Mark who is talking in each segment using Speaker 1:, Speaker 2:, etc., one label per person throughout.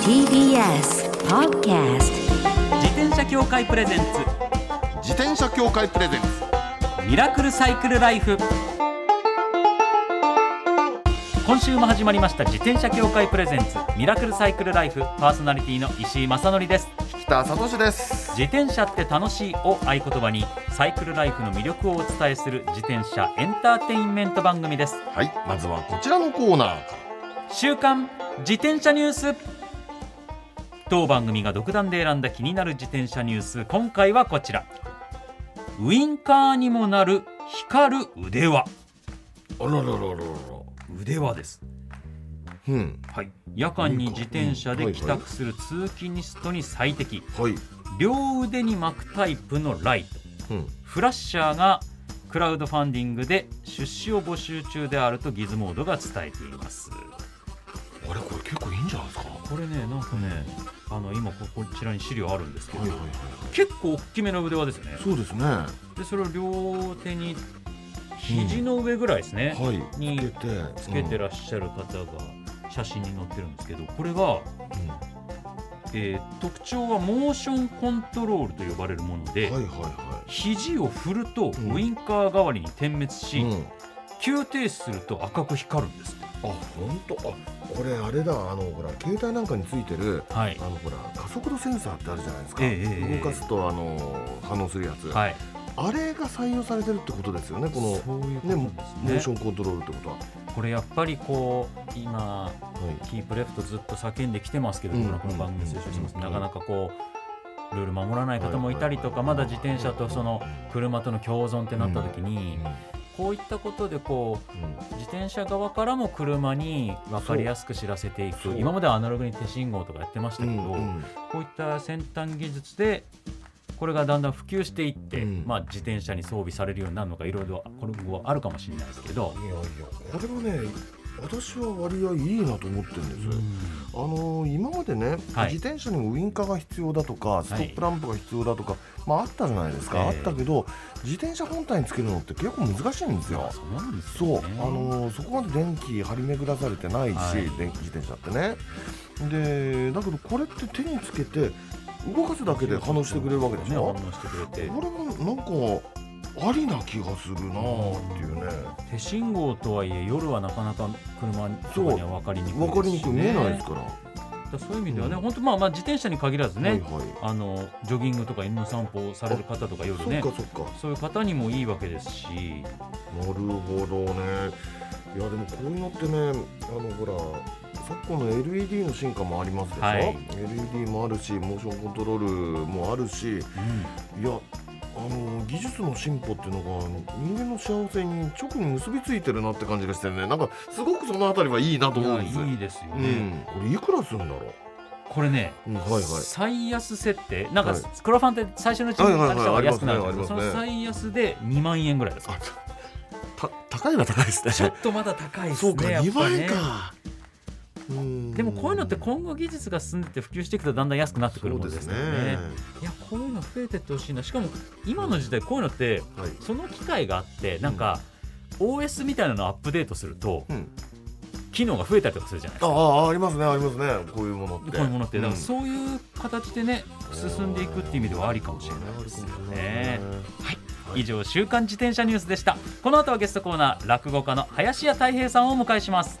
Speaker 1: TBS Podcast
Speaker 2: 自転車協会プレゼンツ
Speaker 3: 自転車協会プレゼンツ
Speaker 2: ミラクルサイクルライフ今週も始まりました自転車協会プレゼンツミラクルサイクルライフパーソナリティの石井正則です
Speaker 3: 北聡です
Speaker 2: 自転車って楽しいを合言葉にサイクルライフの魅力をお伝えする自転車エンターテインメント番組です
Speaker 3: はいまずはこちらのコーナーか
Speaker 2: 週刊自転車ニュース当番組が独断で選んだ気になる自転車ニュース今回はこちらウインカーにもなる光る腕輪
Speaker 3: らあらららら
Speaker 2: 腕輪です
Speaker 3: うん
Speaker 2: はい、夜間に自転車で帰宅する通勤リストに最適
Speaker 3: はい
Speaker 2: 両腕に巻くタイプのライト
Speaker 3: うん
Speaker 2: フラッシャーがクラウドファンディングで出資を募集中であるとギズモードが伝えています
Speaker 3: あれこれ結構いいんじゃないですかは
Speaker 2: これねなんかねあの今ここちらに資料あるんですけど、
Speaker 3: いはいはい
Speaker 2: 結構大きめの腕輪ですよね
Speaker 3: そうですねは
Speaker 2: でそれを両手に肘の上ぐらいですね、
Speaker 3: い
Speaker 2: に
Speaker 3: つけて
Speaker 2: つけてら
Speaker 3: る、
Speaker 2: っしゃる方が写真に載ってるんですけどこれは
Speaker 3: うん
Speaker 2: えー特徴はモーションコントロールと呼ばれるもので、
Speaker 3: はいはいは
Speaker 2: 肘を振ると
Speaker 3: うん
Speaker 2: ウインカー代わりに点滅
Speaker 3: い
Speaker 2: し、
Speaker 3: うん
Speaker 2: 急停止すると赤く光るんです
Speaker 3: あ本当あこれあれだあのほら携帯なんかについてる
Speaker 2: はい
Speaker 3: あのほら加速度センサーってあるじゃないですか、
Speaker 2: ええええええ
Speaker 3: 動かすとあの反応するやつ、
Speaker 2: はい
Speaker 3: あれが採用されてるってことですよねこの
Speaker 2: そういうこ
Speaker 3: ねモ
Speaker 2: と
Speaker 3: モ
Speaker 2: で
Speaker 3: ー
Speaker 2: す
Speaker 3: シ
Speaker 2: ね
Speaker 3: ョンコントロールってことは、
Speaker 2: これやっぱりこう今
Speaker 3: はい、
Speaker 2: キープレフトずっと叫んできてますけど、
Speaker 3: うん
Speaker 2: 僕らこの番組で推奨してます、
Speaker 3: うん
Speaker 2: なかなかこうルール守らない方もいたりとか、
Speaker 3: はい
Speaker 2: まだ自転車とその車との共存ってなった時に、こういったことでこう
Speaker 3: うん
Speaker 2: 自転車側からも車に分かりやすく知らせていく
Speaker 3: そう
Speaker 2: 今まではアナログに手信号とかやってましたけど、
Speaker 3: うん
Speaker 2: こういった先端技術でこれがだんだん普及していって、
Speaker 3: うん
Speaker 2: まあ、自転車に装備されるようになるのかいろいろこれはあるかもしれないですけど
Speaker 3: い、やいやこれはね私は割合いいなと思ってるんです、あのー今までね、
Speaker 2: はい
Speaker 3: 自転車にもウインカーが必要だとかストップランプが必要だとか、まああったじゃないですか、
Speaker 2: ええ
Speaker 3: あったけど自転車本体につけるのって結構難しいんですよ
Speaker 2: そうなんです
Speaker 3: そう、
Speaker 2: よね
Speaker 3: あのーそこまで電気張り巡らされてないし、
Speaker 2: はい
Speaker 3: 電気自転車ってねでだけどこれって手につけて動かすだけで反応してくれるわけでし
Speaker 2: ね、
Speaker 3: ょ、
Speaker 2: 反応してくれて
Speaker 3: これもなんかありな気がするなあっていうね
Speaker 2: 手信号とはいえ夜はなかなか車とかには分かりにくい
Speaker 3: 分かりにくい見えないです
Speaker 2: か
Speaker 3: から、
Speaker 2: らそういう意味ではね、
Speaker 3: うん
Speaker 2: 本当まあまあ自転車に限らずね、
Speaker 3: はいは
Speaker 2: あのジョギングとか犬の散歩をされる方とか
Speaker 3: い、
Speaker 2: 夜
Speaker 3: そっ
Speaker 2: ね
Speaker 3: かそっか
Speaker 2: そういう方にもいいわけですし、
Speaker 3: なるほどねいやでもこういうのってねあのほら昨今の LED の進化もありますでしょ、
Speaker 2: はい
Speaker 3: LED もあるしモーションコントロールもあるしいやあの技術の進歩っていうのが人間の幸せに直に結びついてるなって感じがしてねなんかすごくそのあたりはいいなと
Speaker 2: い
Speaker 3: 思う
Speaker 2: や
Speaker 3: んです
Speaker 2: いいですよ
Speaker 3: う
Speaker 2: ね、
Speaker 3: ん、これいくらするんだろう、
Speaker 2: これね
Speaker 3: うん、はいはい
Speaker 2: 最安設定なんか
Speaker 3: はい
Speaker 2: クロファンって最初のうちに
Speaker 3: はいはいはい
Speaker 2: 会社は安くなるんですけど
Speaker 3: あり
Speaker 2: そ
Speaker 3: ますね
Speaker 2: の最安で2万円ぐらいです
Speaker 3: あた 高いは高いですね
Speaker 2: ちょっとまだ高いですね
Speaker 3: そうか、
Speaker 2: やっぱ
Speaker 3: 2
Speaker 2: ね
Speaker 3: 倍か。うん
Speaker 2: でもこういうのって今後技術が進んでって普及していくとだんだん安くなってくるものですからねいやこういうの増えてってほしいなしかも今の時代こういうのって
Speaker 3: そうですねはい。
Speaker 2: その機会があってなんか OS みたいなのをアップデートすると
Speaker 3: うん
Speaker 2: 機能が増えたりとかするじゃないです
Speaker 3: あ
Speaker 2: か
Speaker 3: あありますねありますねこういうものって。
Speaker 2: こういうものってだから
Speaker 3: うん
Speaker 2: そういう形でね進んでいくっていう意味ではありかもしれないですよね。
Speaker 3: はい
Speaker 2: 以上週刊自転車ニュースでしたこの後はゲストコーナー落語家の林家たい平さんをお迎えします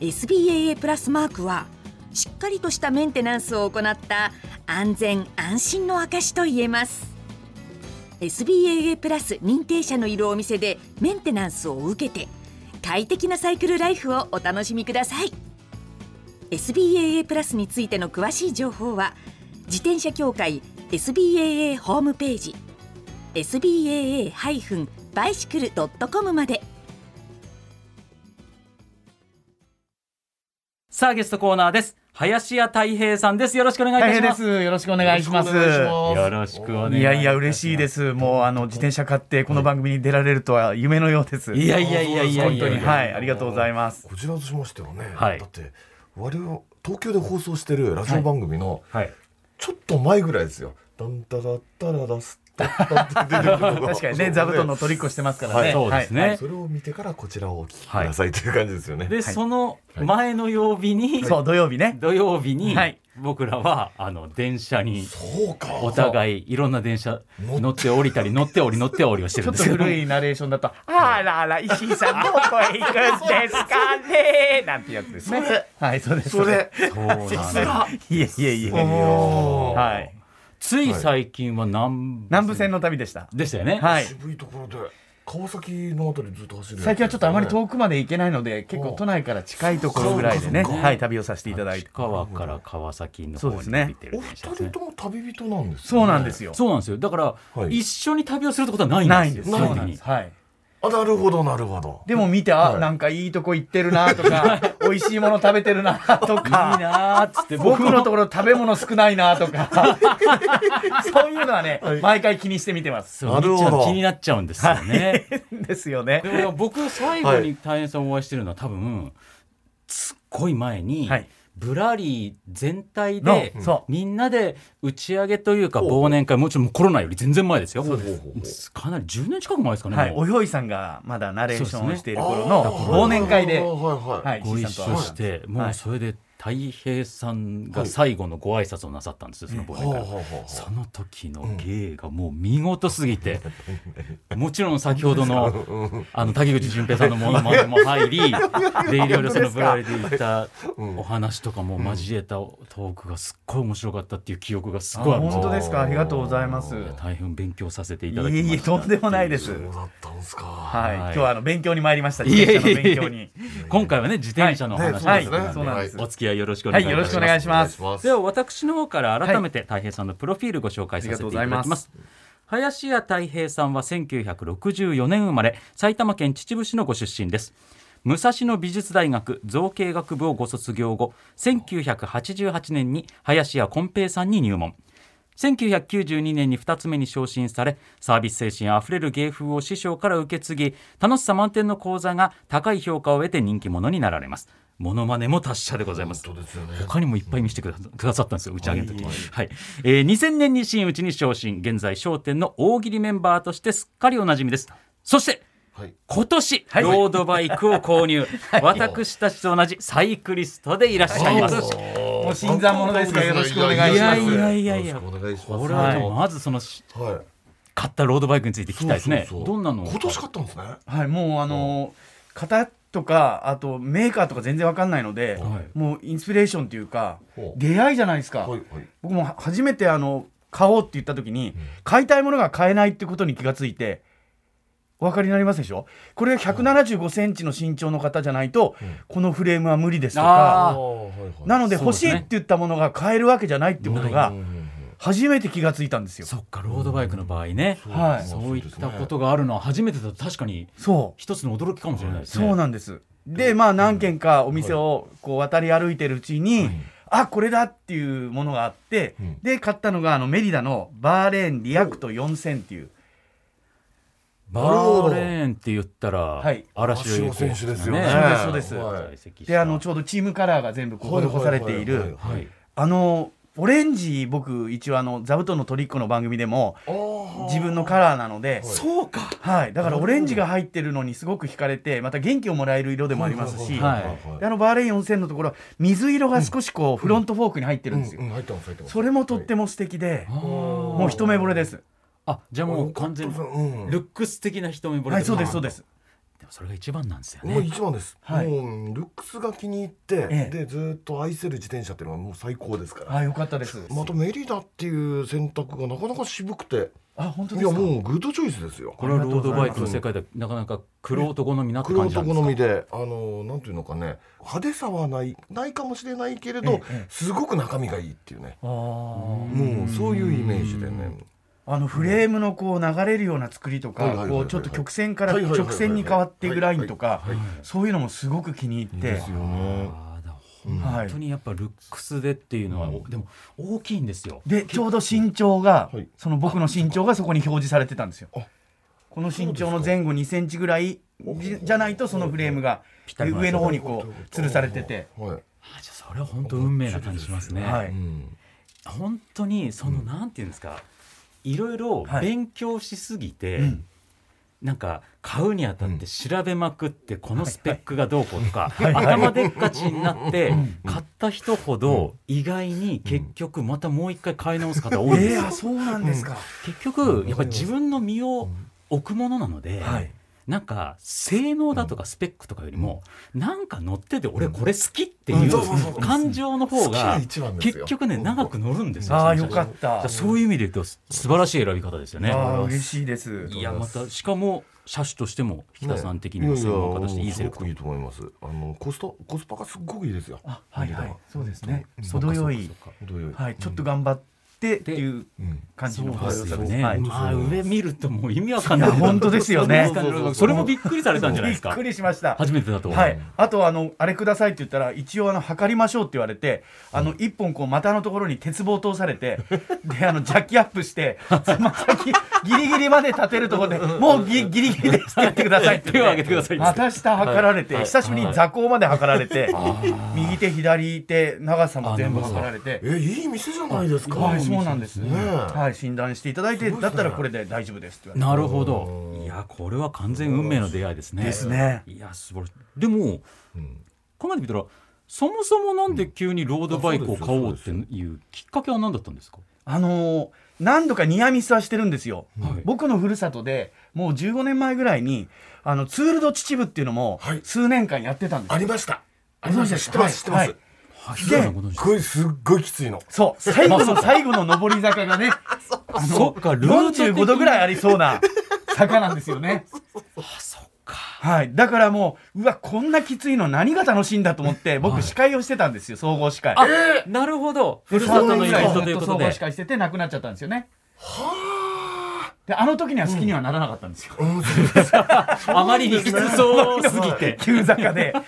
Speaker 1: SBAA プラスマークはしっかりとしたメンテナンスを行った安全安心の証と言えます SBAA プラス認定者のいるお店でメンテナンスを受けて快適なサイクルライフをお楽しみください SBAA プラスについての詳しい情報は自転車協会 SBAA ホームページ SBAA-bicycle.com まで
Speaker 2: さあゲストコーナーです林家たい平さんですよろしくお願
Speaker 4: 大
Speaker 2: いい
Speaker 4: 変
Speaker 2: たし
Speaker 4: で
Speaker 2: ます
Speaker 4: す。よろしくお願いします。
Speaker 2: よろしくお願い
Speaker 4: いやいや嬉しいです。もうあの自転車買ってこの番組に出られるとは夢のようです。
Speaker 2: いやいやいやいや
Speaker 4: 本
Speaker 2: いや
Speaker 4: 当
Speaker 2: い
Speaker 4: に
Speaker 2: や
Speaker 4: はいありがとうございます。
Speaker 3: こちらとしましてはね、
Speaker 2: はい
Speaker 3: だって我々東京で放送してるラジオ番組の
Speaker 2: はい
Speaker 3: ちょっと前ぐらいですよ。ダンタラッタララスタッタッって出てくるのが
Speaker 4: 確かにね座布団の取りっこしてますから
Speaker 3: は
Speaker 4: ね。
Speaker 3: い
Speaker 2: そうですね
Speaker 4: はい
Speaker 3: それを見てからこちらをお聞きくださいという感じですよね。
Speaker 2: で、その前の曜日に、
Speaker 4: そう土曜日ね。
Speaker 2: 土曜日に、
Speaker 4: はい
Speaker 2: 僕らはあの電車に
Speaker 3: そうか。
Speaker 2: お互いいろんな電車
Speaker 3: 乗っ
Speaker 2: 乗って降りたり乗って降り乗って降りをして
Speaker 4: ち
Speaker 2: る
Speaker 4: ょ
Speaker 2: んで
Speaker 4: っと
Speaker 2: すけど
Speaker 4: 古いナレーションだと、あらあら、石井さん、どこへ行くんですかねなんてやつですね。はい、そうです。
Speaker 3: それ。
Speaker 2: そうなんです
Speaker 4: いえいえいえ。
Speaker 3: おー
Speaker 4: はい。
Speaker 2: つい最近は南部
Speaker 4: 南部線の旅でした。
Speaker 2: でしたよね、
Speaker 4: はい。
Speaker 3: 渋いところで川崎のあたりずっと走る。
Speaker 4: 最近はちょっとあまり遠くまで行けないので、結構都内から近いところぐらいで
Speaker 3: そうか
Speaker 4: ね、
Speaker 3: そう
Speaker 2: か
Speaker 4: はい、旅をさせていただい
Speaker 2: 立
Speaker 4: て。
Speaker 2: 川から川崎の方
Speaker 4: そう
Speaker 2: に
Speaker 4: ですね
Speaker 2: 降りてる
Speaker 3: お
Speaker 2: 電
Speaker 3: 二
Speaker 2: 車です
Speaker 3: 人
Speaker 2: ね
Speaker 3: とも旅人なんです、ね。
Speaker 4: そうなんですよ。
Speaker 2: そうなんですよだから、
Speaker 3: はい
Speaker 2: 一緒に旅をするってことはないんですよ
Speaker 4: ないんです。そうなんです。
Speaker 2: 基本
Speaker 4: はい。
Speaker 3: あ、なるほど、なるほど。
Speaker 4: でも見て、
Speaker 3: は
Speaker 4: あ、
Speaker 3: い
Speaker 4: なんかいいとこ行ってるなとか、 美味しいもの食べてるな
Speaker 2: 的に
Speaker 4: と
Speaker 2: いい
Speaker 4: か、
Speaker 2: なーっつって僕
Speaker 4: 僕
Speaker 2: も
Speaker 4: のところ食べ物少ないなと か、そういうのはね、毎回気にして見てます。
Speaker 2: そう
Speaker 3: なるほど
Speaker 2: 気になっちゃうんですよね、
Speaker 4: ですよね。
Speaker 2: でも僕最後に大変さんお会いしてるのは多分すっごい前に、
Speaker 4: はい
Speaker 2: ぶらり全体
Speaker 4: の
Speaker 2: で、
Speaker 4: そ
Speaker 2: みんなで打ち上げというか忘年会もちろんコロナより全然前ですよ
Speaker 3: ほうほうほうほう
Speaker 2: かなり10年近く前ですか
Speaker 4: う。
Speaker 2: ね、
Speaker 4: はい。
Speaker 2: もう
Speaker 4: およいさんがまだナレーションをしている頃
Speaker 3: あ
Speaker 4: の
Speaker 3: ー
Speaker 4: 忘年会で
Speaker 3: はい、はいは。
Speaker 4: はいい、
Speaker 2: ご一
Speaker 4: 石井さん
Speaker 2: 緒
Speaker 4: と
Speaker 2: し
Speaker 4: は
Speaker 2: て、もうそれでたい平さんが
Speaker 3: はい
Speaker 2: 最後のご挨拶をなさったんですよその忘年
Speaker 3: は
Speaker 2: 会
Speaker 3: あは
Speaker 2: の
Speaker 3: あはあ
Speaker 2: その時の芸がもう見事すぎて、もちろん先ほどのあの滝口淳平さんのものまねも入 りでいろいろそのブラリで言ったお話とかも交えたトークがすっごい面白かったっていう記憶がす
Speaker 4: あ
Speaker 2: ごいあるんです
Speaker 4: 本
Speaker 2: よ
Speaker 4: 当ですか。ありがとうございます。い
Speaker 2: 大変勉強させていただきま
Speaker 4: え
Speaker 2: した
Speaker 4: いえ、とんでもないです。
Speaker 3: そうだったんすか。
Speaker 4: は
Speaker 2: は
Speaker 4: い、
Speaker 2: い
Speaker 4: 今日はあの勉強に参りました。
Speaker 2: いえ
Speaker 4: 自
Speaker 2: いえいえ
Speaker 4: 転車の勉強に。
Speaker 2: 今回はね自転車のお話
Speaker 4: はい
Speaker 2: ということ
Speaker 4: はいそうなんです
Speaker 2: お付き合いよろしくお
Speaker 4: は
Speaker 2: 願いい
Speaker 4: い、
Speaker 2: た
Speaker 4: よ
Speaker 2: します
Speaker 4: ろしくお願いします。
Speaker 3: ます
Speaker 2: では私の方から改めてたい平さんのプロフィールご紹介させていただき
Speaker 4: ありがとうござ
Speaker 2: ます。
Speaker 4: います
Speaker 2: 林家たい平さんは1964年生まれ、埼玉県秩父市のご出身です。武蔵野美術大学造形学部をご卒業後、1988年に林家金平さんに入門。1992年に2つ目に昇進されサービス精神あふれる芸風を師匠から受け継ぎ楽しさ満点の講座が高い評価を得て人気者になられますモノマネも達者でございます
Speaker 3: 本当ですよね。
Speaker 2: 他にもいっぱい見せてくだくださったんですよ打ち上げの時、はいえー2000年に真打ちに昇進現在『笑点』の大喜利メンバーとしてすっかりおなじみですそして
Speaker 3: はい。
Speaker 2: 今年、ロードバイクを購入、私たちと同じサイクリストでいらっしゃいます
Speaker 4: もう新参者ですからよろしくお願い
Speaker 2: い
Speaker 4: しま
Speaker 2: や
Speaker 4: す。
Speaker 2: いやいやいや
Speaker 3: よろしくお願いします。
Speaker 2: これはでもまずそのし
Speaker 3: はい。はい。
Speaker 2: 買ったロードバイクについて聞きたいですね
Speaker 3: そうそうそう
Speaker 2: どんなのを
Speaker 3: 今年買ったんですね。
Speaker 4: はい、もうあの型とかあとメーカーとか全然わかんないので、
Speaker 2: はい
Speaker 4: もうインスピレーションというか
Speaker 3: ほう
Speaker 4: 出会いじゃないですか。
Speaker 3: はいはい。
Speaker 4: 僕も初めてあの買おうって言った時に、買いたいものが買えないってことに気がついてお分かりになりますでしょこれが175センチの身長の方じゃないと、このフレームは無理ですと
Speaker 2: あー
Speaker 4: か
Speaker 3: はいはい
Speaker 4: なので
Speaker 2: そうで
Speaker 4: 欲
Speaker 2: す
Speaker 4: し
Speaker 2: ね
Speaker 4: いって言ったものが買えるわけじゃないってこと
Speaker 3: う
Speaker 4: が
Speaker 3: んうんうん
Speaker 4: 初めて気がついたんですよ。
Speaker 2: そっかロードバイクの場合ね、
Speaker 4: はい
Speaker 2: そういったことがあるのは初めてだと確かに
Speaker 4: そう
Speaker 2: 一つの驚きかもしれないですね
Speaker 4: そうなんです。で、まあ何軒かお店をこう渡り歩いてるうちに、あ、これだっていうものがあって、
Speaker 3: ん
Speaker 4: で、買ったのがあのメリダのバーレーンリアクト4000っていう、
Speaker 2: バーレーンって言ったら、
Speaker 4: はい
Speaker 2: 荒汐
Speaker 3: 荒汐選手ですよね
Speaker 4: そうですそ
Speaker 3: です
Speaker 4: う
Speaker 2: 在籍した
Speaker 4: で、あのちょうどチームカラーが全部ここで干されてい
Speaker 3: はいはい
Speaker 4: る、
Speaker 3: はいはい
Speaker 2: はい
Speaker 4: あの、オレンジ僕一応あの座布団のトリックの番組でも
Speaker 3: あー
Speaker 4: 自分のカラーなので、
Speaker 2: そうか
Speaker 4: はい、だからオレンジが入ってるのにすごく惹かれて、また元気をもらえる色でもありますし、
Speaker 2: はい
Speaker 4: であのバーレーン4000のところは水色が少しこうフロントフォークに入ってるんですよ、
Speaker 3: うんうん入ってます入ってます
Speaker 4: それもとっても素敵で、もう一目惚れです
Speaker 2: あじゃあもう完全に
Speaker 3: うん
Speaker 2: ルックス的な一目惚れ
Speaker 4: はいそうですそうです
Speaker 2: でもそれが一番なんですよ
Speaker 3: もう
Speaker 2: ね
Speaker 3: 一番です、
Speaker 4: はい
Speaker 3: もうルックスが気に入って、
Speaker 4: ええ
Speaker 3: でずーっと愛せる自転車っていうのはもう最高ですから、
Speaker 4: あよかったです
Speaker 3: またメリダっていう選択がなかなか渋くて
Speaker 4: あ本当
Speaker 3: い
Speaker 4: で
Speaker 3: や
Speaker 4: すか
Speaker 3: もうグッドチョイスですよ
Speaker 2: これはロードバイクの世界ではなかなか黒男好みなって
Speaker 3: 黒
Speaker 2: 感じなんで
Speaker 3: 男
Speaker 2: す
Speaker 3: 好
Speaker 2: か
Speaker 3: みであのなんていうのかね派手さはないないかもしれないけれど、
Speaker 4: ええええ
Speaker 3: すごく中身がいいっていうね
Speaker 2: あー
Speaker 3: もうそういうイメージでね
Speaker 4: あのフレームのこう流れるような作りと
Speaker 3: はいはい
Speaker 4: か
Speaker 3: はいはい
Speaker 4: こうちょっと曲線か
Speaker 3: は
Speaker 4: ら
Speaker 3: いはいはいはい
Speaker 4: 直線に変わっていくラインとか
Speaker 3: はいはい
Speaker 4: そういうのもすごく気に入って
Speaker 3: ですよね
Speaker 2: あーだ
Speaker 4: はい
Speaker 2: 本当にやっぱルックスでっていうのは、でも大きいんですよ。
Speaker 4: でちょうど身長が
Speaker 3: はい
Speaker 4: その僕の身長がそこに表示されてたんですよ
Speaker 3: あ。
Speaker 4: この身長の前後2センチぐらいじじゃないとそのフレームが
Speaker 2: たり回る
Speaker 4: 上の方にこう吊るされてて、
Speaker 3: はい、
Speaker 2: あじゃあそれは本当運命な感じしますね。
Speaker 4: は
Speaker 3: う
Speaker 4: い、
Speaker 3: ん、
Speaker 2: 本当にその、なんていうんですかいろいろ
Speaker 4: はい
Speaker 2: 勉強しすぎて、
Speaker 4: うん
Speaker 2: なんか買うにあたって調べまくって、このスペックがどうこうと か、
Speaker 4: いはい
Speaker 2: 頭でっかちになって、買った人ほど意外に結局またもう一回買い直す方多いんです
Speaker 4: え
Speaker 2: よ
Speaker 4: ー、あそうなんですか、
Speaker 2: 結局やっぱり自分の身を置くものなので、
Speaker 4: はい
Speaker 2: なんか性能だとかスペックとかよりも、なんか乗ってて俺これ好きっていう
Speaker 3: そうそうそうそう
Speaker 2: 感情の方
Speaker 3: 好きが
Speaker 2: が
Speaker 3: 一番ですよ
Speaker 2: 結局ね長く乗るんですよ。
Speaker 4: ああ
Speaker 2: そ
Speaker 4: よ
Speaker 2: の
Speaker 4: かっ
Speaker 2: じゃあ
Speaker 4: た
Speaker 2: そういう意味で言うと素晴らしい選び方ですよね。
Speaker 4: ああ嬉しいです
Speaker 2: いやまたしかも車種としても引田さん的に
Speaker 3: ね
Speaker 2: も専門家としていいセレクト
Speaker 3: やいやすごくいいと思いますあのコストコスパがすっごくいいですよ
Speaker 4: あはいはいそうですね
Speaker 2: そうか
Speaker 4: 程よい
Speaker 2: そうかそうか
Speaker 3: どういう
Speaker 4: はいちょっと頑張ってっていう
Speaker 3: うん
Speaker 4: 感じの
Speaker 2: そうですよね、
Speaker 4: はい
Speaker 2: まあ上見るともう意味わかんない
Speaker 4: いや本当ですよね
Speaker 2: そうそうそうそうそれもびっくりされたんじゃない
Speaker 4: び
Speaker 2: で
Speaker 4: っ
Speaker 2: すか
Speaker 4: くりしました
Speaker 2: 初めてだと
Speaker 4: はい、あとあのあれくださいって言ったら一応あの測りましょうって言われてあの一本こう股のところに鉄棒通さ れてであのジャッキアップしてつま先ギリギリまで立てるところ でもうギギリギリですって言ってくださいって
Speaker 2: 手を挙げてください
Speaker 4: また下測られて、久しぶりに座高まで測られて、右手左手長さも全部測られて。
Speaker 3: えいい店じゃないですか
Speaker 4: はい、そうなんです、
Speaker 3: ね
Speaker 4: はい、診断していただいて、
Speaker 3: すごいで
Speaker 4: だ
Speaker 3: すね
Speaker 4: ったらこれで大丈夫ですって言われて
Speaker 2: なるほどいやこれは完全運命の出会いですね
Speaker 4: ですね
Speaker 2: いや素晴らしいでも
Speaker 3: うん
Speaker 2: 考えてみたらそもそもなんで急にロードバイクを買おうって
Speaker 3: うん
Speaker 2: いうきっかけは何だったんですか、
Speaker 4: あのー何度かニアミスはしてるんですよ、
Speaker 2: はい
Speaker 4: 僕のふるさとでもう15年前ぐらいにあのツール・ド・秩父っていうのも
Speaker 3: はい
Speaker 4: 数年間やってたんです、
Speaker 3: ありましたありました知ってます知ってま
Speaker 4: はい
Speaker 3: す
Speaker 2: はい、そうなことにし
Speaker 3: すごいすっごいきついの
Speaker 4: そう最後の最後の上り坂がねあの
Speaker 2: そっかルート的に
Speaker 4: 45度ぐらいありそうな 坂なんですよね
Speaker 2: あそっか
Speaker 4: はいだからもううわこんなきついの何が楽しいんだと思って僕司会をしてたんですよ総合司会
Speaker 2: あ、なるほど。ふ
Speaker 4: で
Speaker 2: るさとの
Speaker 4: 3年
Speaker 2: イ
Speaker 4: ぐら
Speaker 2: ベ
Speaker 4: い
Speaker 2: ン
Speaker 4: ず
Speaker 2: ト
Speaker 4: っ
Speaker 2: という
Speaker 4: と
Speaker 2: こと
Speaker 4: 総合
Speaker 2: で
Speaker 4: 司。会してて亡くなっちゃったんですよねであの時には好きにはならなかった んですよ、
Speaker 2: あまりにきつそうすぎて。
Speaker 4: 急坂 で
Speaker 3: はい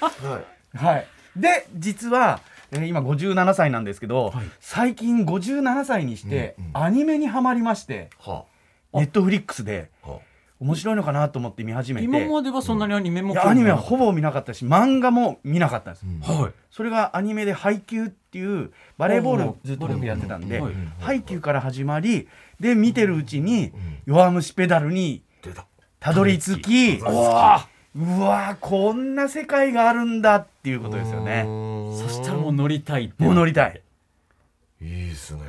Speaker 4: はい、で実は、えー今57歳なんですけど、最近57歳にして
Speaker 3: うんうん
Speaker 4: アニメにはまりまして、
Speaker 3: は
Speaker 4: ネットフリックスで
Speaker 3: あは
Speaker 4: 面白いのかなと思って見始めて
Speaker 2: 今まではそんなにアニメも
Speaker 4: いやアニメはほぼ見なかったし漫画も見なかったんです、
Speaker 2: はい。
Speaker 4: それがアニメで「配給」っていうバレーボールをずっと僕やってたんで
Speaker 2: はい
Speaker 4: 「配給」から始まりで見てるうちに
Speaker 3: ん
Speaker 4: 「弱虫ペダル」に
Speaker 3: 出た
Speaker 4: たどり着
Speaker 3: どり
Speaker 4: きう
Speaker 3: 着き
Speaker 4: わーうわーこんな世界があるんだっていうことですよね。
Speaker 2: そ
Speaker 3: そ
Speaker 2: したらもう乗りたいって。
Speaker 4: もう乗りたい。
Speaker 3: いいですね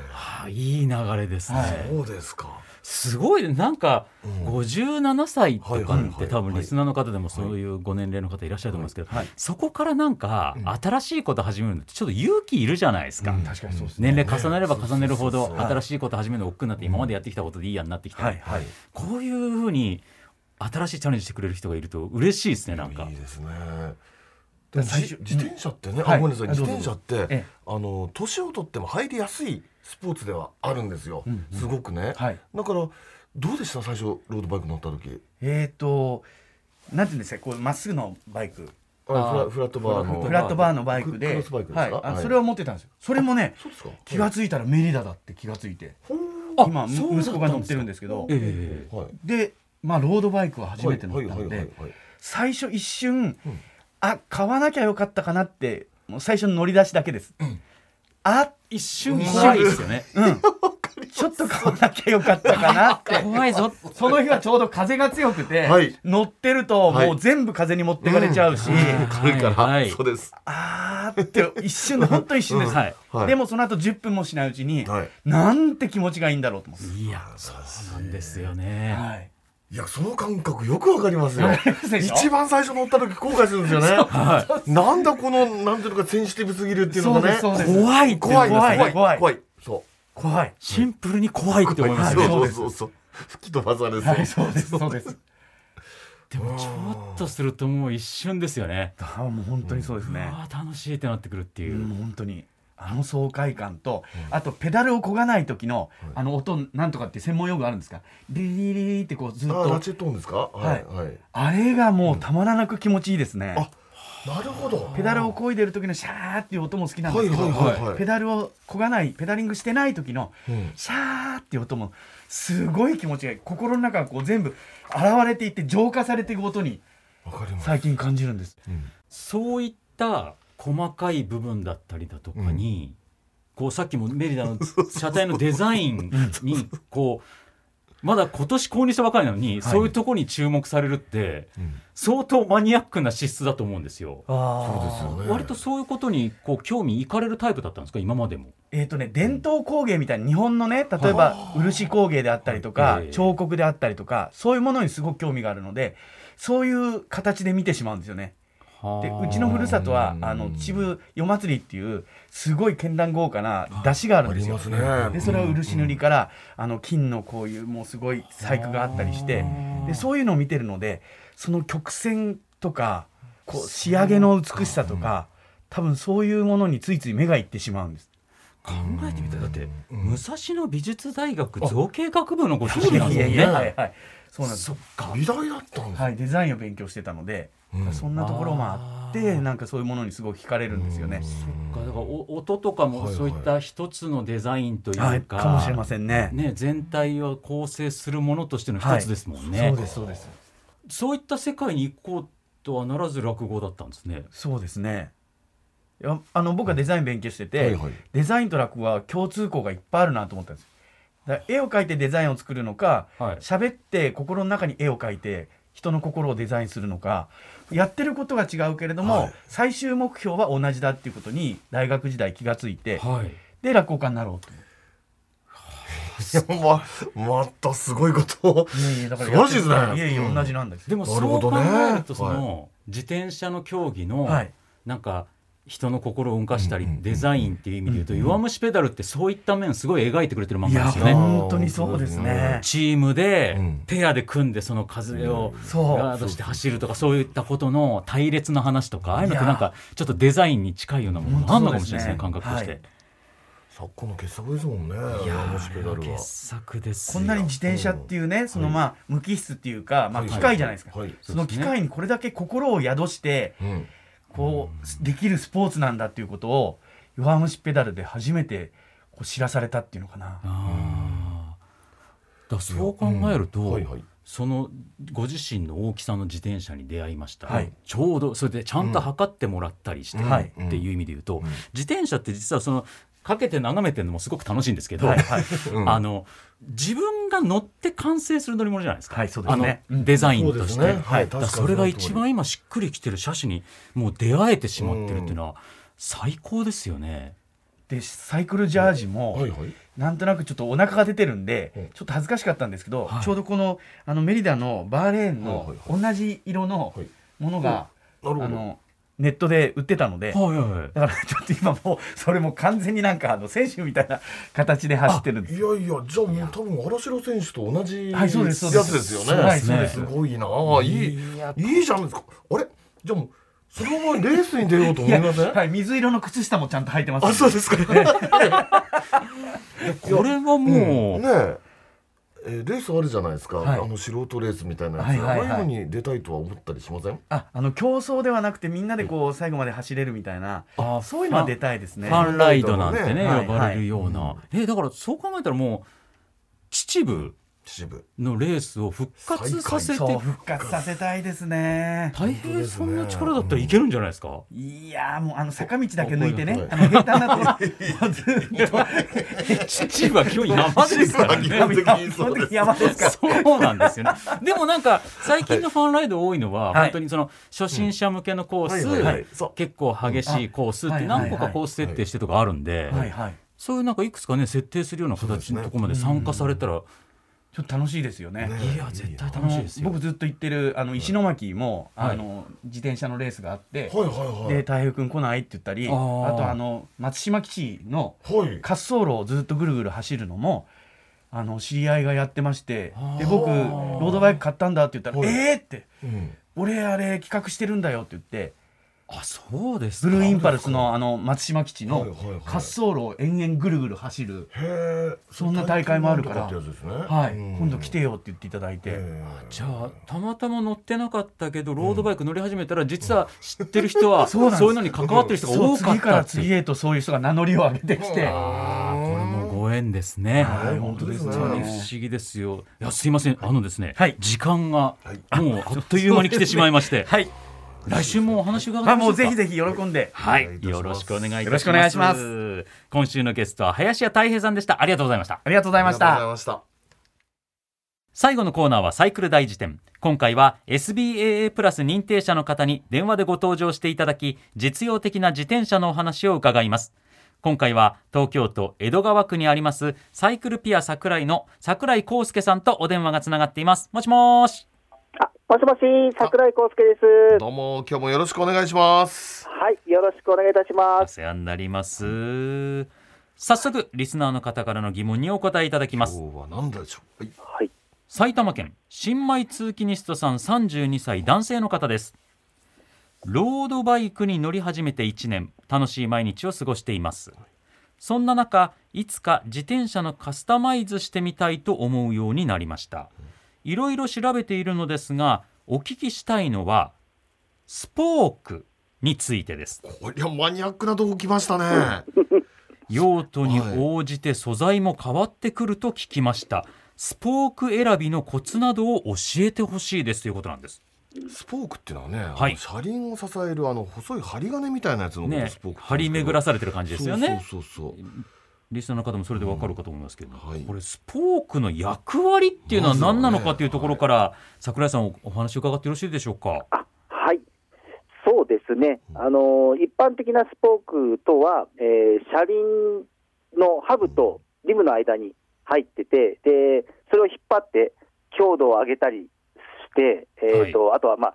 Speaker 2: あいい流れですね。
Speaker 3: そうですか
Speaker 2: すごいねなんか
Speaker 3: ん
Speaker 2: 57歳とか
Speaker 3: はいは
Speaker 2: っ
Speaker 3: いは
Speaker 2: て
Speaker 3: い
Speaker 2: 多分リスナーの方でもそういうご年齢の方いらっしゃると思うんですけど
Speaker 4: はいはい、
Speaker 2: そこからなんか新しいこと始めるのってちょっと勇気いるじゃないですか。
Speaker 4: 確かにそうです
Speaker 2: 年齢重ねれば重ねるほ
Speaker 3: そう
Speaker 2: ど
Speaker 3: そうそうそう
Speaker 2: 新しいこと始めるの億劫になって今までやってきたことでいいやになってきた
Speaker 4: はいはい。
Speaker 2: こういうふうに新しいチャレンジしてくれる人がいると嬉しいですねなんか
Speaker 3: いいですねでも
Speaker 4: 最
Speaker 3: じ
Speaker 4: 初
Speaker 3: 自転車ってね、
Speaker 4: はい
Speaker 3: あごめんなさい
Speaker 4: あ
Speaker 3: 自
Speaker 4: どうぞ
Speaker 3: 転車って、
Speaker 4: ええ
Speaker 3: あの年を取っても入りやすいスポーツではあるんですよ、
Speaker 4: うんうん
Speaker 3: すごくね、
Speaker 4: はい
Speaker 3: だからどうでした最初ロードバイク乗った時
Speaker 4: えっ、と、なんていうんですか、こうまっすぐのバイク、
Speaker 3: あ
Speaker 2: あ
Speaker 3: フラフラットバーの
Speaker 2: フ
Speaker 4: フラットバーのバイク
Speaker 3: ク
Speaker 4: で、
Speaker 3: ロスバイクですか
Speaker 4: はい、あ
Speaker 3: はい
Speaker 4: それを持ってたんですよ。それもね、
Speaker 3: そうですか
Speaker 4: 気がついたらメリダだって気がついて、
Speaker 2: あ
Speaker 4: 今
Speaker 2: そうだったんです
Speaker 4: 息
Speaker 2: か
Speaker 4: 子が乗ってるんですけど、
Speaker 2: ええ
Speaker 3: はいはい
Speaker 4: で、まあロードバイクは初めて乗った
Speaker 3: はいは
Speaker 4: の
Speaker 3: いはい
Speaker 4: で、
Speaker 3: はい
Speaker 4: 最初一瞬、
Speaker 3: うん
Speaker 4: あ買わなきゃよかったかなって、もう最初の乗り出しだけです。あ、
Speaker 2: 一瞬
Speaker 4: うん
Speaker 2: 怖いですよね
Speaker 4: うん、ちょっと買わなきゃよかったかな って。
Speaker 2: 怖いぞ
Speaker 4: その日はちょうど風が強くて、
Speaker 3: はい
Speaker 4: 乗ってると
Speaker 3: はい
Speaker 4: もう全部風に持ってかれちゃうし、
Speaker 3: 軽いから、
Speaker 2: はい
Speaker 3: そうです
Speaker 4: あーって一瞬で本当一瞬です、
Speaker 2: うんはい
Speaker 3: はい
Speaker 4: でもその後10分もしないうちに、
Speaker 3: はい
Speaker 4: なんて気持ちがいいんだろうと思って、
Speaker 2: いやそうなんですよね
Speaker 4: はい
Speaker 3: いやその感覚よくわかりますよ
Speaker 4: わかりますでしょ
Speaker 3: 一番最初乗った時後悔するんですよねなんだこのなんていうのかセンシティブすぎるっていうのがね
Speaker 4: そうですそうです
Speaker 3: 怖い怖い
Speaker 4: 怖い
Speaker 3: 怖い
Speaker 4: 怖い
Speaker 3: 怖いそ
Speaker 4: 怖い。
Speaker 2: シンプルに怖いっ
Speaker 3: う
Speaker 2: て思いますよ
Speaker 4: は
Speaker 2: ね
Speaker 3: そうそ
Speaker 4: い
Speaker 3: うそうそう吹き飛ばされそう、
Speaker 4: はい、そうです、そうです。
Speaker 2: でもちょっとするともう一瞬ですよね
Speaker 4: あーもう本当にそうですね。
Speaker 2: ああ楽しいってなってくるっていう、
Speaker 4: もう本当に。あの爽快感と、あとペダルを漕がない時の、あの音なんとかって専門用語あるんですか。リリリリリってこうずっ
Speaker 3: あラ
Speaker 4: と、
Speaker 3: チェット音ですかはいはい
Speaker 4: あれがもうたまらなく気持ちいいですね。
Speaker 3: あなるほど
Speaker 4: ペダルを漕いでる時のシャーっていう音も好きなんですけど、
Speaker 3: はいはいはいはい
Speaker 4: ペダルを漕がないペダリングしてない時の
Speaker 3: うん
Speaker 4: シャーっていう音もすごい気持ちがいい心の中がこう全部現れていって浄化されていく音に
Speaker 3: わかります
Speaker 4: 最近感じるんです
Speaker 3: うん
Speaker 2: そういった細かい部分だったりだとかに、こうさっきもメリダの車体のデザインにこうまだ今年購入したばかりなのに、そういうところに注目されるって
Speaker 3: うん
Speaker 2: 相当マニアックな資質だと思うんですよ。
Speaker 3: そう
Speaker 4: あ
Speaker 3: ですよね
Speaker 2: 割とそういうことにこう興味いかれるタイプだったんですか今までも。
Speaker 4: えーとね、伝統工芸みたいな日本のね例えば漆工芸であったりとか
Speaker 2: ええ
Speaker 4: 彫刻であったりとかそういうものにすごく興味があるのでそういう形で見てしまうんですよね。でうちのふるさとは
Speaker 3: うん
Speaker 4: あの秩父夜祭りっていうすごい絢爛豪華な出汁があるんですよ。
Speaker 3: ありますね
Speaker 4: でそれは漆塗りから、あの金のこういうもうすごい細工があったりしてでそういうのを見てるのでその曲線とかこう仕上げの美しさとか多分そういうものについつい目がいってしまうんです。
Speaker 2: 考えてみたらだって、武蔵野美術大学造形学部のご出身なん
Speaker 4: い
Speaker 2: で
Speaker 4: や
Speaker 2: す
Speaker 4: い
Speaker 2: よ
Speaker 4: や
Speaker 2: ね。
Speaker 4: はいはいそうなんです
Speaker 2: そっか
Speaker 3: 美大だったんですね
Speaker 4: はい、デザインを勉強してたので、
Speaker 3: うん
Speaker 4: そんなところもあ
Speaker 2: あ
Speaker 4: って
Speaker 2: ー
Speaker 4: なんかそういうものにすごく惹かれるんですよね。
Speaker 2: だからお音とかも
Speaker 3: はいはい
Speaker 2: そういった一つのデザインというか、
Speaker 4: はい、かもしれませんね。
Speaker 2: ね、全体を構成するものとしての一つですもんね、
Speaker 4: はいそうですそうです
Speaker 2: そういった世界に行こうとはならず落語だったんですね
Speaker 4: そうですね。いやあの僕はデザイン勉強してて、
Speaker 3: はいはい
Speaker 4: デザインと落語は共通項がいっぱいあるなと思ったんです。だから絵を描いてデザインを作るのか、
Speaker 2: はい
Speaker 4: 喋って心の中に絵を描いて人の心をデザインするのか、やってることが違うけれども、
Speaker 3: はい
Speaker 4: 最終目標は同じだっていうことに大学時代気がついて、
Speaker 2: はい
Speaker 4: で落語家になろうと。
Speaker 3: いやままたすごいことを
Speaker 4: いやいやだから
Speaker 3: 素晴らしいですね
Speaker 4: いやいや同じなんです
Speaker 2: で
Speaker 4: よ。
Speaker 2: も
Speaker 3: なる
Speaker 2: そ
Speaker 3: ほ
Speaker 2: う
Speaker 3: ど
Speaker 2: 考
Speaker 3: ね
Speaker 2: えるとそ
Speaker 3: は
Speaker 2: の自転車の競技の
Speaker 4: はい
Speaker 2: なんか人の心を動かしたり
Speaker 3: うんうんうん
Speaker 2: デザインっていう意味で言うと「弱虫ペダル」ってそういった面すごい描いてくれてる漫
Speaker 4: い
Speaker 2: 画
Speaker 4: や
Speaker 2: ですよね。
Speaker 4: 本当にそうですね。
Speaker 2: チームで
Speaker 3: うん
Speaker 2: ペアで組んでその風を
Speaker 4: そう
Speaker 2: ガードして走るとかそういったことの隊列の話とかああいうのってなんかちょっとデザインに近いようなものがあるのかもしれないですね
Speaker 4: 本
Speaker 2: 感
Speaker 4: 当
Speaker 2: 覚
Speaker 4: そう
Speaker 2: と
Speaker 4: です
Speaker 2: し
Speaker 4: ね
Speaker 2: て。
Speaker 3: 昨今の傑作ですもんね
Speaker 2: いや
Speaker 3: あのスペダ
Speaker 2: ー
Speaker 3: ルは
Speaker 2: 傑作です
Speaker 4: こ
Speaker 2: よ
Speaker 4: んなに自転車っていうね、そのまあ無機質っていうか、まあ
Speaker 3: はい
Speaker 4: 機械じゃないですか
Speaker 3: はいはい。
Speaker 4: その機械にこれだけ心を宿して、
Speaker 3: うん
Speaker 4: こうできるスポーツなんだっていうことを弱虫ペダルで初めてこう知らされたっていうのかな。
Speaker 2: あーだからそう考えると、
Speaker 3: うんはいはい
Speaker 2: そのご自身の大きさの自転車に出会いました、
Speaker 4: はい
Speaker 2: ちょうどそれでちゃんと測ってもらったりして、
Speaker 3: うん
Speaker 4: はい
Speaker 2: っていう意味で言うと、自転車って実はそのかけて眺めてるのもすごく楽しいんですけど、
Speaker 4: はいはい
Speaker 3: うん
Speaker 2: あの自分が乗って完成する乗り物じゃないですか、
Speaker 4: はいそうですね
Speaker 2: あのデザインとして。
Speaker 3: そうですねはい
Speaker 2: だから
Speaker 3: 確かに
Speaker 2: それが一番今しっくりきてる車種にもう出会えてしまってるっていうのは最高ですよね。
Speaker 4: でサイクルジャージも。
Speaker 3: はいはい
Speaker 4: なんとなくちょっとお腹が出てるんで、
Speaker 3: うん
Speaker 4: ちょっと恥ずかしかったんですけど、
Speaker 2: はい
Speaker 4: ちょうどこのあのメリダのバーレー
Speaker 3: はい
Speaker 4: ンの
Speaker 3: はい
Speaker 4: 同じ色の
Speaker 3: はい
Speaker 4: ものが、
Speaker 3: うんなるほど
Speaker 4: あのネットで売ってたので、
Speaker 2: はいはいはい
Speaker 4: だからちょっと今もうそれも完全になんかあの選手みたいな形で走ってるんです
Speaker 3: いやいやじゃあもう多分荒城選手と同じ
Speaker 4: は
Speaker 3: や
Speaker 4: い
Speaker 3: つ
Speaker 4: そう
Speaker 3: で
Speaker 4: ですそうです
Speaker 3: すよね
Speaker 4: はい
Speaker 2: そうです
Speaker 3: すごいなあいいいいじゃないですかあれじゃあもうそのままレースに出ようと思いません
Speaker 4: はい、水色の靴下もちゃんと履いてます
Speaker 3: あそうですかね
Speaker 2: これはもう、
Speaker 3: ねええーレースあるじゃないですか、
Speaker 4: はい
Speaker 3: あの素人レースみたいなやつ、
Speaker 4: はいはいはい
Speaker 3: ああいうのに出たいとは思ったりしません
Speaker 4: ああの競争ではなくてみんなでこう最後まで走れるみたいな
Speaker 2: あ
Speaker 4: そういうのは出たいですね
Speaker 2: ファンライドなんてね
Speaker 3: ね
Speaker 4: はい
Speaker 2: 呼ばれるような、えだからそう考えたらもう秩父
Speaker 3: 秩父
Speaker 2: のレースを復活させて
Speaker 4: そう復活させたいですね
Speaker 2: 大平さんの力だったらいけるんじゃないですか、
Speaker 4: いやーもうあの坂道だけ抜いてね
Speaker 3: こ
Speaker 4: あの平坦なとこもうずっと
Speaker 2: 秩父は基本山ですからね
Speaker 3: 秩父は基本的に
Speaker 4: 基
Speaker 3: そうで
Speaker 4: 本的
Speaker 3: す
Speaker 4: に山ですから
Speaker 2: そうなんですよね。でもなんか最近のファンライド多いのは、
Speaker 4: はい
Speaker 2: 本当にその初心者向けのコース、
Speaker 3: うんはいはいはいそう
Speaker 2: 結構激しいコースって
Speaker 4: うんあ
Speaker 2: 何個かコース設定してとかあるんで、
Speaker 4: はいはい
Speaker 2: そういうなんかいくつかね設定するような形のところまで参加されたら、
Speaker 4: ちょっと楽しいですよね。
Speaker 2: いや絶対楽しいですよ
Speaker 4: 僕ずっと行ってるあの石巻も、
Speaker 2: はい
Speaker 4: あの自転車のレースがあって、
Speaker 3: はいはいは
Speaker 4: で
Speaker 3: い
Speaker 4: 太平君来ないって言ったりあ
Speaker 2: あー
Speaker 4: とあの松島基地の
Speaker 3: はい
Speaker 4: 滑走路をずっとぐるぐる走るのもあの知り合いがやってましてで僕
Speaker 3: あ
Speaker 4: ロ
Speaker 3: ー
Speaker 4: ードバイク買ったんだって言ったら「
Speaker 3: はい
Speaker 4: えー!」って
Speaker 3: うん
Speaker 4: 「俺あれ企画してるんだよ」って言って
Speaker 2: あそうです
Speaker 4: ブ
Speaker 2: か
Speaker 4: ルーインパルスのあの松島基地の
Speaker 3: はい
Speaker 4: 滑
Speaker 3: はいはい
Speaker 4: 走路を延々ぐるぐる走る、
Speaker 3: へえ
Speaker 4: そんな大会もあるから
Speaker 3: ってやつですね
Speaker 4: はい
Speaker 3: うん
Speaker 4: 今度来てよって言っていただいて。
Speaker 3: へ
Speaker 2: じゃあたまたま乗ってなかったけどロードバイク乗り始めたら実は知ってる人は
Speaker 4: そうなんです
Speaker 2: そういうのに関わってる人が
Speaker 4: そう
Speaker 2: 多か
Speaker 4: 次か
Speaker 2: った
Speaker 4: ら
Speaker 2: っていう
Speaker 4: 次へとそういう人が名乗りを上げてきて、
Speaker 2: あーこれもご縁ですね。
Speaker 4: はい
Speaker 3: 本当ですね
Speaker 2: 本当に不思議ですよ。いやすいませんあのですね、
Speaker 4: はい
Speaker 2: 時間が
Speaker 3: はい
Speaker 2: もうあっという間に来てしまいまして、
Speaker 4: はい、
Speaker 2: 来週もお話伺って
Speaker 4: あもうぜひ
Speaker 2: ひ。
Speaker 4: ぜひ喜んで。
Speaker 2: はい
Speaker 3: お願いいたします
Speaker 2: よろしくお願いいたします。。
Speaker 4: よろしくお願いします
Speaker 2: 今週のゲストは林家太平さんでした。ありがとうございました。
Speaker 4: ありがとうございまし
Speaker 3: ありがとうござ
Speaker 4: た
Speaker 3: い。ました
Speaker 2: 最後のコーナーはサイクル大辞典今回は SBAA プラス認定者の方に電話でご登場していただき実用的な自転車のお話を伺います今回は東京都江戸川区にありますサイクルピア桜井の桜井康介さんとお電話がつながっていますもしもーし
Speaker 5: あ、もしもし、桜井康介です。
Speaker 3: どうも今日もよろしくお願いします
Speaker 5: はい、よろしくお願いいたしま
Speaker 2: お
Speaker 5: す。
Speaker 2: 世話になります早速リスナーの方からの疑問にお答えいただきます
Speaker 3: 今日は何だでしょうはい
Speaker 5: はい、
Speaker 2: 埼玉県新米通勤ニストさん32歳男性の方ですロードバイクに乗り始めて1年楽しい毎日を過ごしていますそんな中いつか自転車のカスタマイズしてみたいと思うようになりましたいろいろ調べているのですがお聞きしたいのはスポークについてです
Speaker 3: こりゃマニアックなとこ来ましたね
Speaker 2: 用途に応じて素材も変わってくると聞きましたスポーク選びのコツなどを教えてほしいですということなんです
Speaker 3: スポークっていうのはね、
Speaker 2: はい
Speaker 3: あの車輪を支えるあの細い針金みたいなやつのことを
Speaker 2: ね
Speaker 3: スポークって言うんですけど、、
Speaker 2: 張り巡らされてる感じですよね。
Speaker 3: そうそうそうそう
Speaker 2: リスナーの方もそれでわかるかと思いますけど、
Speaker 3: はい
Speaker 2: これスポークの役割っていうのは何なのかっていうところから、桜井さんおお話伺ってよろしいでしょうか。
Speaker 5: あ、はい。そうですね。あの、一般的なスポークとは、えー車輪のハブとリムの間に入ってて、で、それを引っ張って強度を上げたりして、えーと、あとはまあ、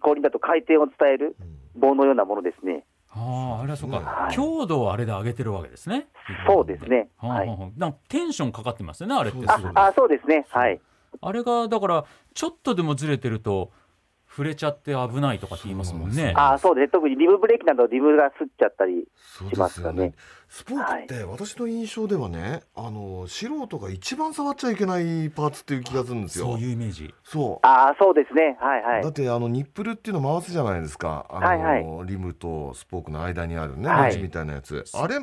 Speaker 5: 氷だと回転を伝える棒のようなものですね。
Speaker 2: ああ、あれはそうか
Speaker 5: は、い
Speaker 2: 強度をあれで上げてるわけですね。
Speaker 5: そうですね。
Speaker 2: はあは
Speaker 5: は
Speaker 2: あ
Speaker 5: い。
Speaker 2: はあなんかテンションかかってますよね、あれってす
Speaker 3: あ
Speaker 2: ごい。
Speaker 5: あ、そうですね。はい。
Speaker 2: あれがだからちょっとでもずれてると触れちゃって危ないとかって言いますもんね。
Speaker 5: あ、そうですね。特にリムブレーキなどリムが擦っちゃったり
Speaker 3: そう
Speaker 5: し
Speaker 3: で
Speaker 5: ますす
Speaker 3: よ
Speaker 5: か
Speaker 3: ね
Speaker 5: ね。
Speaker 3: スポークって私の印象ではね、あの素人が一番触っちゃいけないパーツっていう気がするんですよ。
Speaker 2: そういうイメージ。
Speaker 3: そう
Speaker 5: ああ、そうですね。はいはい
Speaker 3: だっ。てあのニップルっていうの回すじゃないですか。あの、
Speaker 5: はいはい
Speaker 3: リムとスポークの間にあるね、
Speaker 5: はい
Speaker 3: レンチみたいなやつ。あれ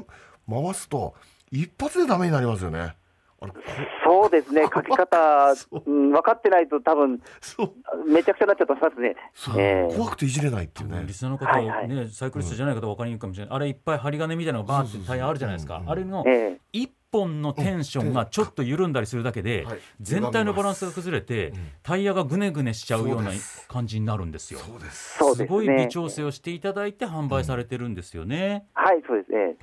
Speaker 3: 回すと一発でダメになりますよね。あれこ
Speaker 5: そうです ね、書き方、
Speaker 3: そう
Speaker 5: うん、分かってないと、多分
Speaker 3: そう
Speaker 5: めちゃくちゃになっちゃうと思いますね。
Speaker 3: そう、
Speaker 5: ええ
Speaker 3: 怖くていじれないっていうね
Speaker 2: リ。スナーの方
Speaker 5: は
Speaker 2: は、
Speaker 5: い
Speaker 2: ね
Speaker 5: はい
Speaker 2: サイクリストじゃない方は分かりにくいかもしれない、あれいっぱい針金みたいなのがバーってタイヤあるじゃないですか、
Speaker 3: そうそう
Speaker 2: あ
Speaker 3: そう
Speaker 2: れの
Speaker 5: ええ
Speaker 2: 1本のテンションがちょっと緩んだりするだけで、
Speaker 3: はい
Speaker 2: 全体のバランスが崩れて、
Speaker 3: ん
Speaker 2: タイヤがぐねぐねしちゃうよう
Speaker 3: そ
Speaker 2: な
Speaker 3: うです
Speaker 2: 感じになるんですよ。
Speaker 3: そうです。
Speaker 5: そう
Speaker 2: す
Speaker 5: です
Speaker 2: ごい
Speaker 5: ね
Speaker 2: 微。調整をしていただいて販売されてるんですよね。
Speaker 5: はい、そうですね。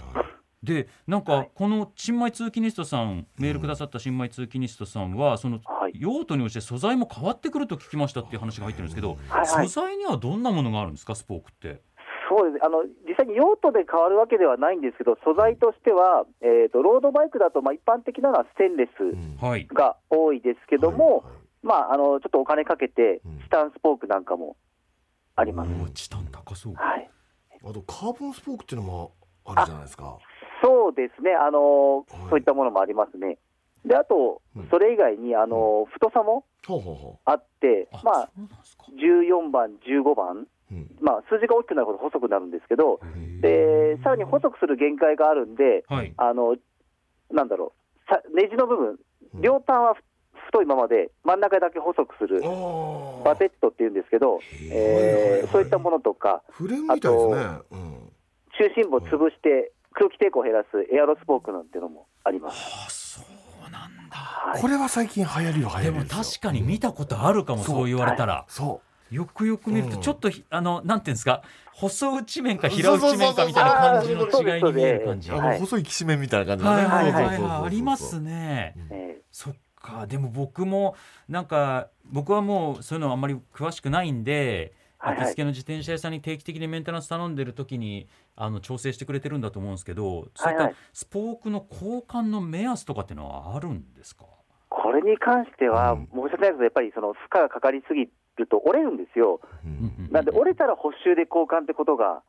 Speaker 2: でなんかこの新米通勤リストさんメールくださった新米通勤リストさんはその
Speaker 5: はい
Speaker 2: 用途に応じて素材も変わってくると聞きましたっていう話が入ってるんですけど、
Speaker 5: はいはい
Speaker 2: 素材にはどんなものがあるんですかスポークって。
Speaker 5: そうですあの実際に用途で変わるわけではないんですけど、素材としては、えー、とロードバイクだと、まあ、一般的なのはステンレス
Speaker 3: ん
Speaker 2: はい
Speaker 5: が多いですけども、
Speaker 3: はいはい
Speaker 5: まあ、あのちょっとお金かけて
Speaker 3: うん、
Speaker 5: チタンスポークなんかもありま
Speaker 3: う
Speaker 5: す。
Speaker 3: ん
Speaker 2: おチタン高そう。
Speaker 5: はい
Speaker 3: あとカーボンスポークっていうのもあるじゃないですか。
Speaker 5: そうですね、あの
Speaker 3: はい
Speaker 5: そういったものもありますね。で、あと
Speaker 3: うん、
Speaker 5: それ以外に、あの太さも
Speaker 3: ほうほうほ
Speaker 5: あって、
Speaker 2: あ
Speaker 5: まあ、
Speaker 2: そうなんですか。
Speaker 5: 14番、15番、
Speaker 3: う。うん
Speaker 5: まあ、数字が大きくなるほど細くなるんですけど、
Speaker 2: へ
Speaker 5: でさらに細くする限界があるんで、
Speaker 2: はい。
Speaker 5: あのなんだろう、さネジの部分、両端はふ太いままで、真ん中だけ細くする
Speaker 3: あ、ー
Speaker 5: バテットっていうんですけど、
Speaker 3: はいはい
Speaker 5: え
Speaker 3: はい
Speaker 5: ーそういったものとか、
Speaker 3: フレームみたいですね。うん。
Speaker 5: 中心部を潰して、空気抵抗を減らすエアロスポークなんていうのもあります。
Speaker 2: あそうなんだ。
Speaker 5: はい
Speaker 3: これは最近流行りは流
Speaker 2: で
Speaker 3: 行り
Speaker 2: も
Speaker 3: ですよ。
Speaker 2: 確かに見たことあるかも
Speaker 3: そう
Speaker 2: そう言われたら。
Speaker 3: そ
Speaker 2: よくよく見ると
Speaker 3: うん
Speaker 2: ちょっとひあのなんていうんですか細打ち面か平打ち面かみたいな感じの違いに見える感じ。
Speaker 3: う。
Speaker 2: はい
Speaker 3: あの
Speaker 5: はい
Speaker 3: 細いきしめんみたいな感じのね。
Speaker 2: はいはい
Speaker 3: そうそうそうそう
Speaker 2: ありますね。
Speaker 5: えー
Speaker 2: そっかでも僕もなんか僕はもうそういうのあんまり詳しくないんで
Speaker 5: はいはい
Speaker 2: 行きつけの自転車屋さんに定期的にメンテナンス頼んでる時にあの調整してくれてるんだと思うんですけどそういっ
Speaker 5: はい
Speaker 2: た
Speaker 5: はい
Speaker 2: スポークの交換の目安とかっていうのはあるんですか、
Speaker 5: これに関しては、
Speaker 3: うん
Speaker 5: 申し訳ないですけど、やっぱりその負荷がかかりすぎると折れるんですよ、
Speaker 3: うん
Speaker 5: なんで折れたら補修で交換ってことが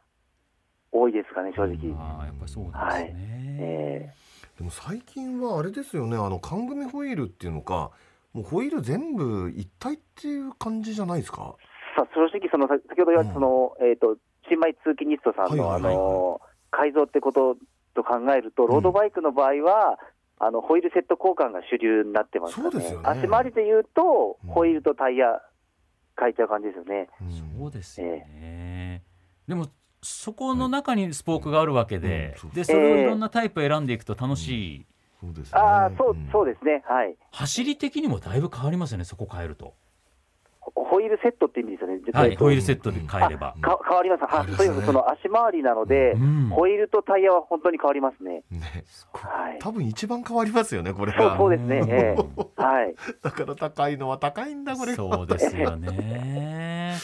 Speaker 5: 多いですかね、正直。
Speaker 3: うん
Speaker 2: ああやっぱりそうなんです
Speaker 5: え
Speaker 2: ね。
Speaker 3: でも最近はあれですよねあの缶組ホイールっていうのかもうホイール全部一体っていう感じじゃないですか
Speaker 5: さ正直その、さ先ほど言われたその、えー、と新米通勤ニストさんの、
Speaker 3: は
Speaker 5: あ
Speaker 3: いはいはいはい
Speaker 5: の改造ってことと考えると、ロードバイクの場合は、あのホイールセット交換が主流になってますか
Speaker 3: そう
Speaker 5: ら
Speaker 3: です
Speaker 5: ね
Speaker 3: よね
Speaker 5: 足回りで言うと、
Speaker 3: うん
Speaker 5: ホイールとタイヤ変えちゃう感じですよね。
Speaker 2: そうですよ
Speaker 5: え
Speaker 2: ね。でもそこの中にスポークがあるわけで、
Speaker 3: うんうん
Speaker 2: でそれをいろんなタイプ選んでいくと楽しい、
Speaker 3: そうですね
Speaker 5: ああ、そう、そう
Speaker 3: で
Speaker 5: ですね。はい。
Speaker 2: 走り的にもだいぶ変わりますよね。そこ変えると、
Speaker 5: ホホイールセットって意味ですよね。
Speaker 2: はい、
Speaker 5: えっと
Speaker 2: ホイールセットで変えれば、
Speaker 5: か変わります。
Speaker 3: 変わ
Speaker 5: あ、
Speaker 3: ります
Speaker 5: と
Speaker 3: ね
Speaker 5: にかくその足回りなので
Speaker 2: う、ん、
Speaker 5: ホイールとタイヤは本当に変わりますね。
Speaker 3: すねこ
Speaker 5: はい。
Speaker 3: 多分一番変わりますよねこれ
Speaker 5: そう
Speaker 3: が
Speaker 5: そうですね。え
Speaker 2: うん
Speaker 5: えはい。
Speaker 3: だから高いのは高いんだこれが
Speaker 2: そうですよね。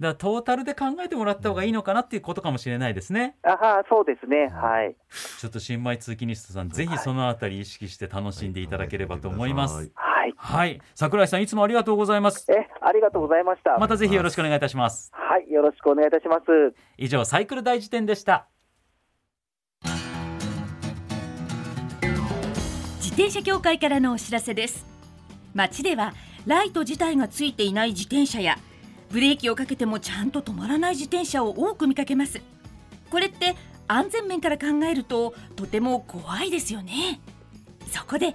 Speaker 2: だからトータルで考えてもらった方がいいのかなっていうことかもしれないですね。
Speaker 5: あはそうですね。はい。
Speaker 2: ちょっと新米通勤リストさん、ぜひそのあたり意識して楽しんでいただければと思いま
Speaker 3: は
Speaker 2: す。
Speaker 5: はい。
Speaker 2: はい、桜井さんいつもありがとうございます。
Speaker 5: え、ありがとうございました。
Speaker 2: またぜひよろしくお願いいたします。
Speaker 5: はい。よろしくお願いいたします。
Speaker 2: 以上サイクル大辞典でした
Speaker 1: 自転車協会からのお知らせです街ではライト自体がついていない自転車やブレーキをかけてもちゃんと止まらない自転車を多く見かけますこれって安全面から考えるととても怖いですよねそこで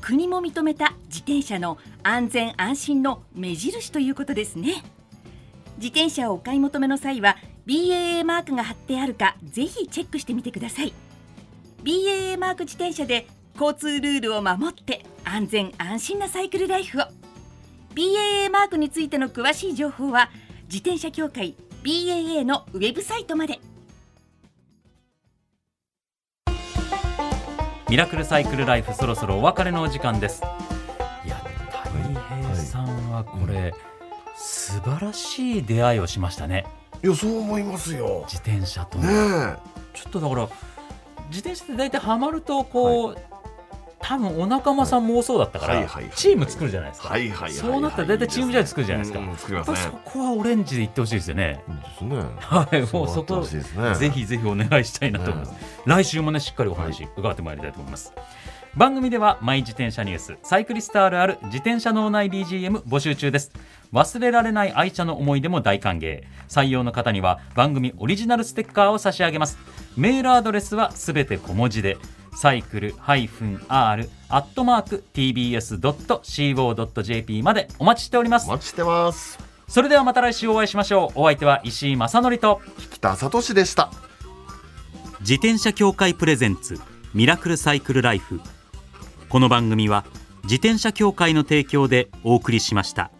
Speaker 1: 国も認めた自転車の安全安心の目印ということですね自転車をお買い求めの際は BAA マークが貼ってあるかぜひチェックしてみてください BAA マーク自転車で交通ルールを守って安全安心なサイクルライフを BAA マークについての詳しい情報は自転車協会 BAA のウェブサイトまで
Speaker 2: ミラクルサイクルライフそろそろお別れのお時間ですいや大平さんはこれ、素晴らしい出会いをしましたね
Speaker 3: いやそう思いますよ
Speaker 2: 自転車と
Speaker 3: ね
Speaker 2: のちょっとだから自転車って大体ハマるとこう、多分お仲間さんも多そうだったから、
Speaker 3: はいはいはい
Speaker 2: チーム作るじゃないですか、
Speaker 3: はいはいはいはい
Speaker 2: そうなったら大体チームジャージ作るじゃないですか、
Speaker 3: うんうん作り
Speaker 2: や
Speaker 3: ま
Speaker 2: っ
Speaker 3: す
Speaker 2: ぱ
Speaker 3: ね
Speaker 2: りそこはオレンジでいってほしいですよね
Speaker 3: いいですね
Speaker 2: はいもうそこ
Speaker 3: なってほしいですね
Speaker 2: ぜひぜひお願いしたいなと思います、
Speaker 3: ね
Speaker 2: 来週もねしっかりお話伺ってまいりたいと思います、番組ではマイ自転車ニュースサイクリストあるある自転車脳内 BGM 募集中です忘れられない愛車の思い出も大歓迎採用の方には番組オリジナルステッカーを差し上げますメールアドレスはすべて小文字でサイクル -r アットマーク tbs.co.jp までお待ちしておりま
Speaker 3: お
Speaker 2: す
Speaker 3: 待ちしてます
Speaker 2: それではまた来週お会いしましょうお相手は石井正則と
Speaker 3: 北里氏でした
Speaker 2: 自転車協会プレゼンツミラクルサイクルライフこの番組は自転車協会の提供でお送りしました。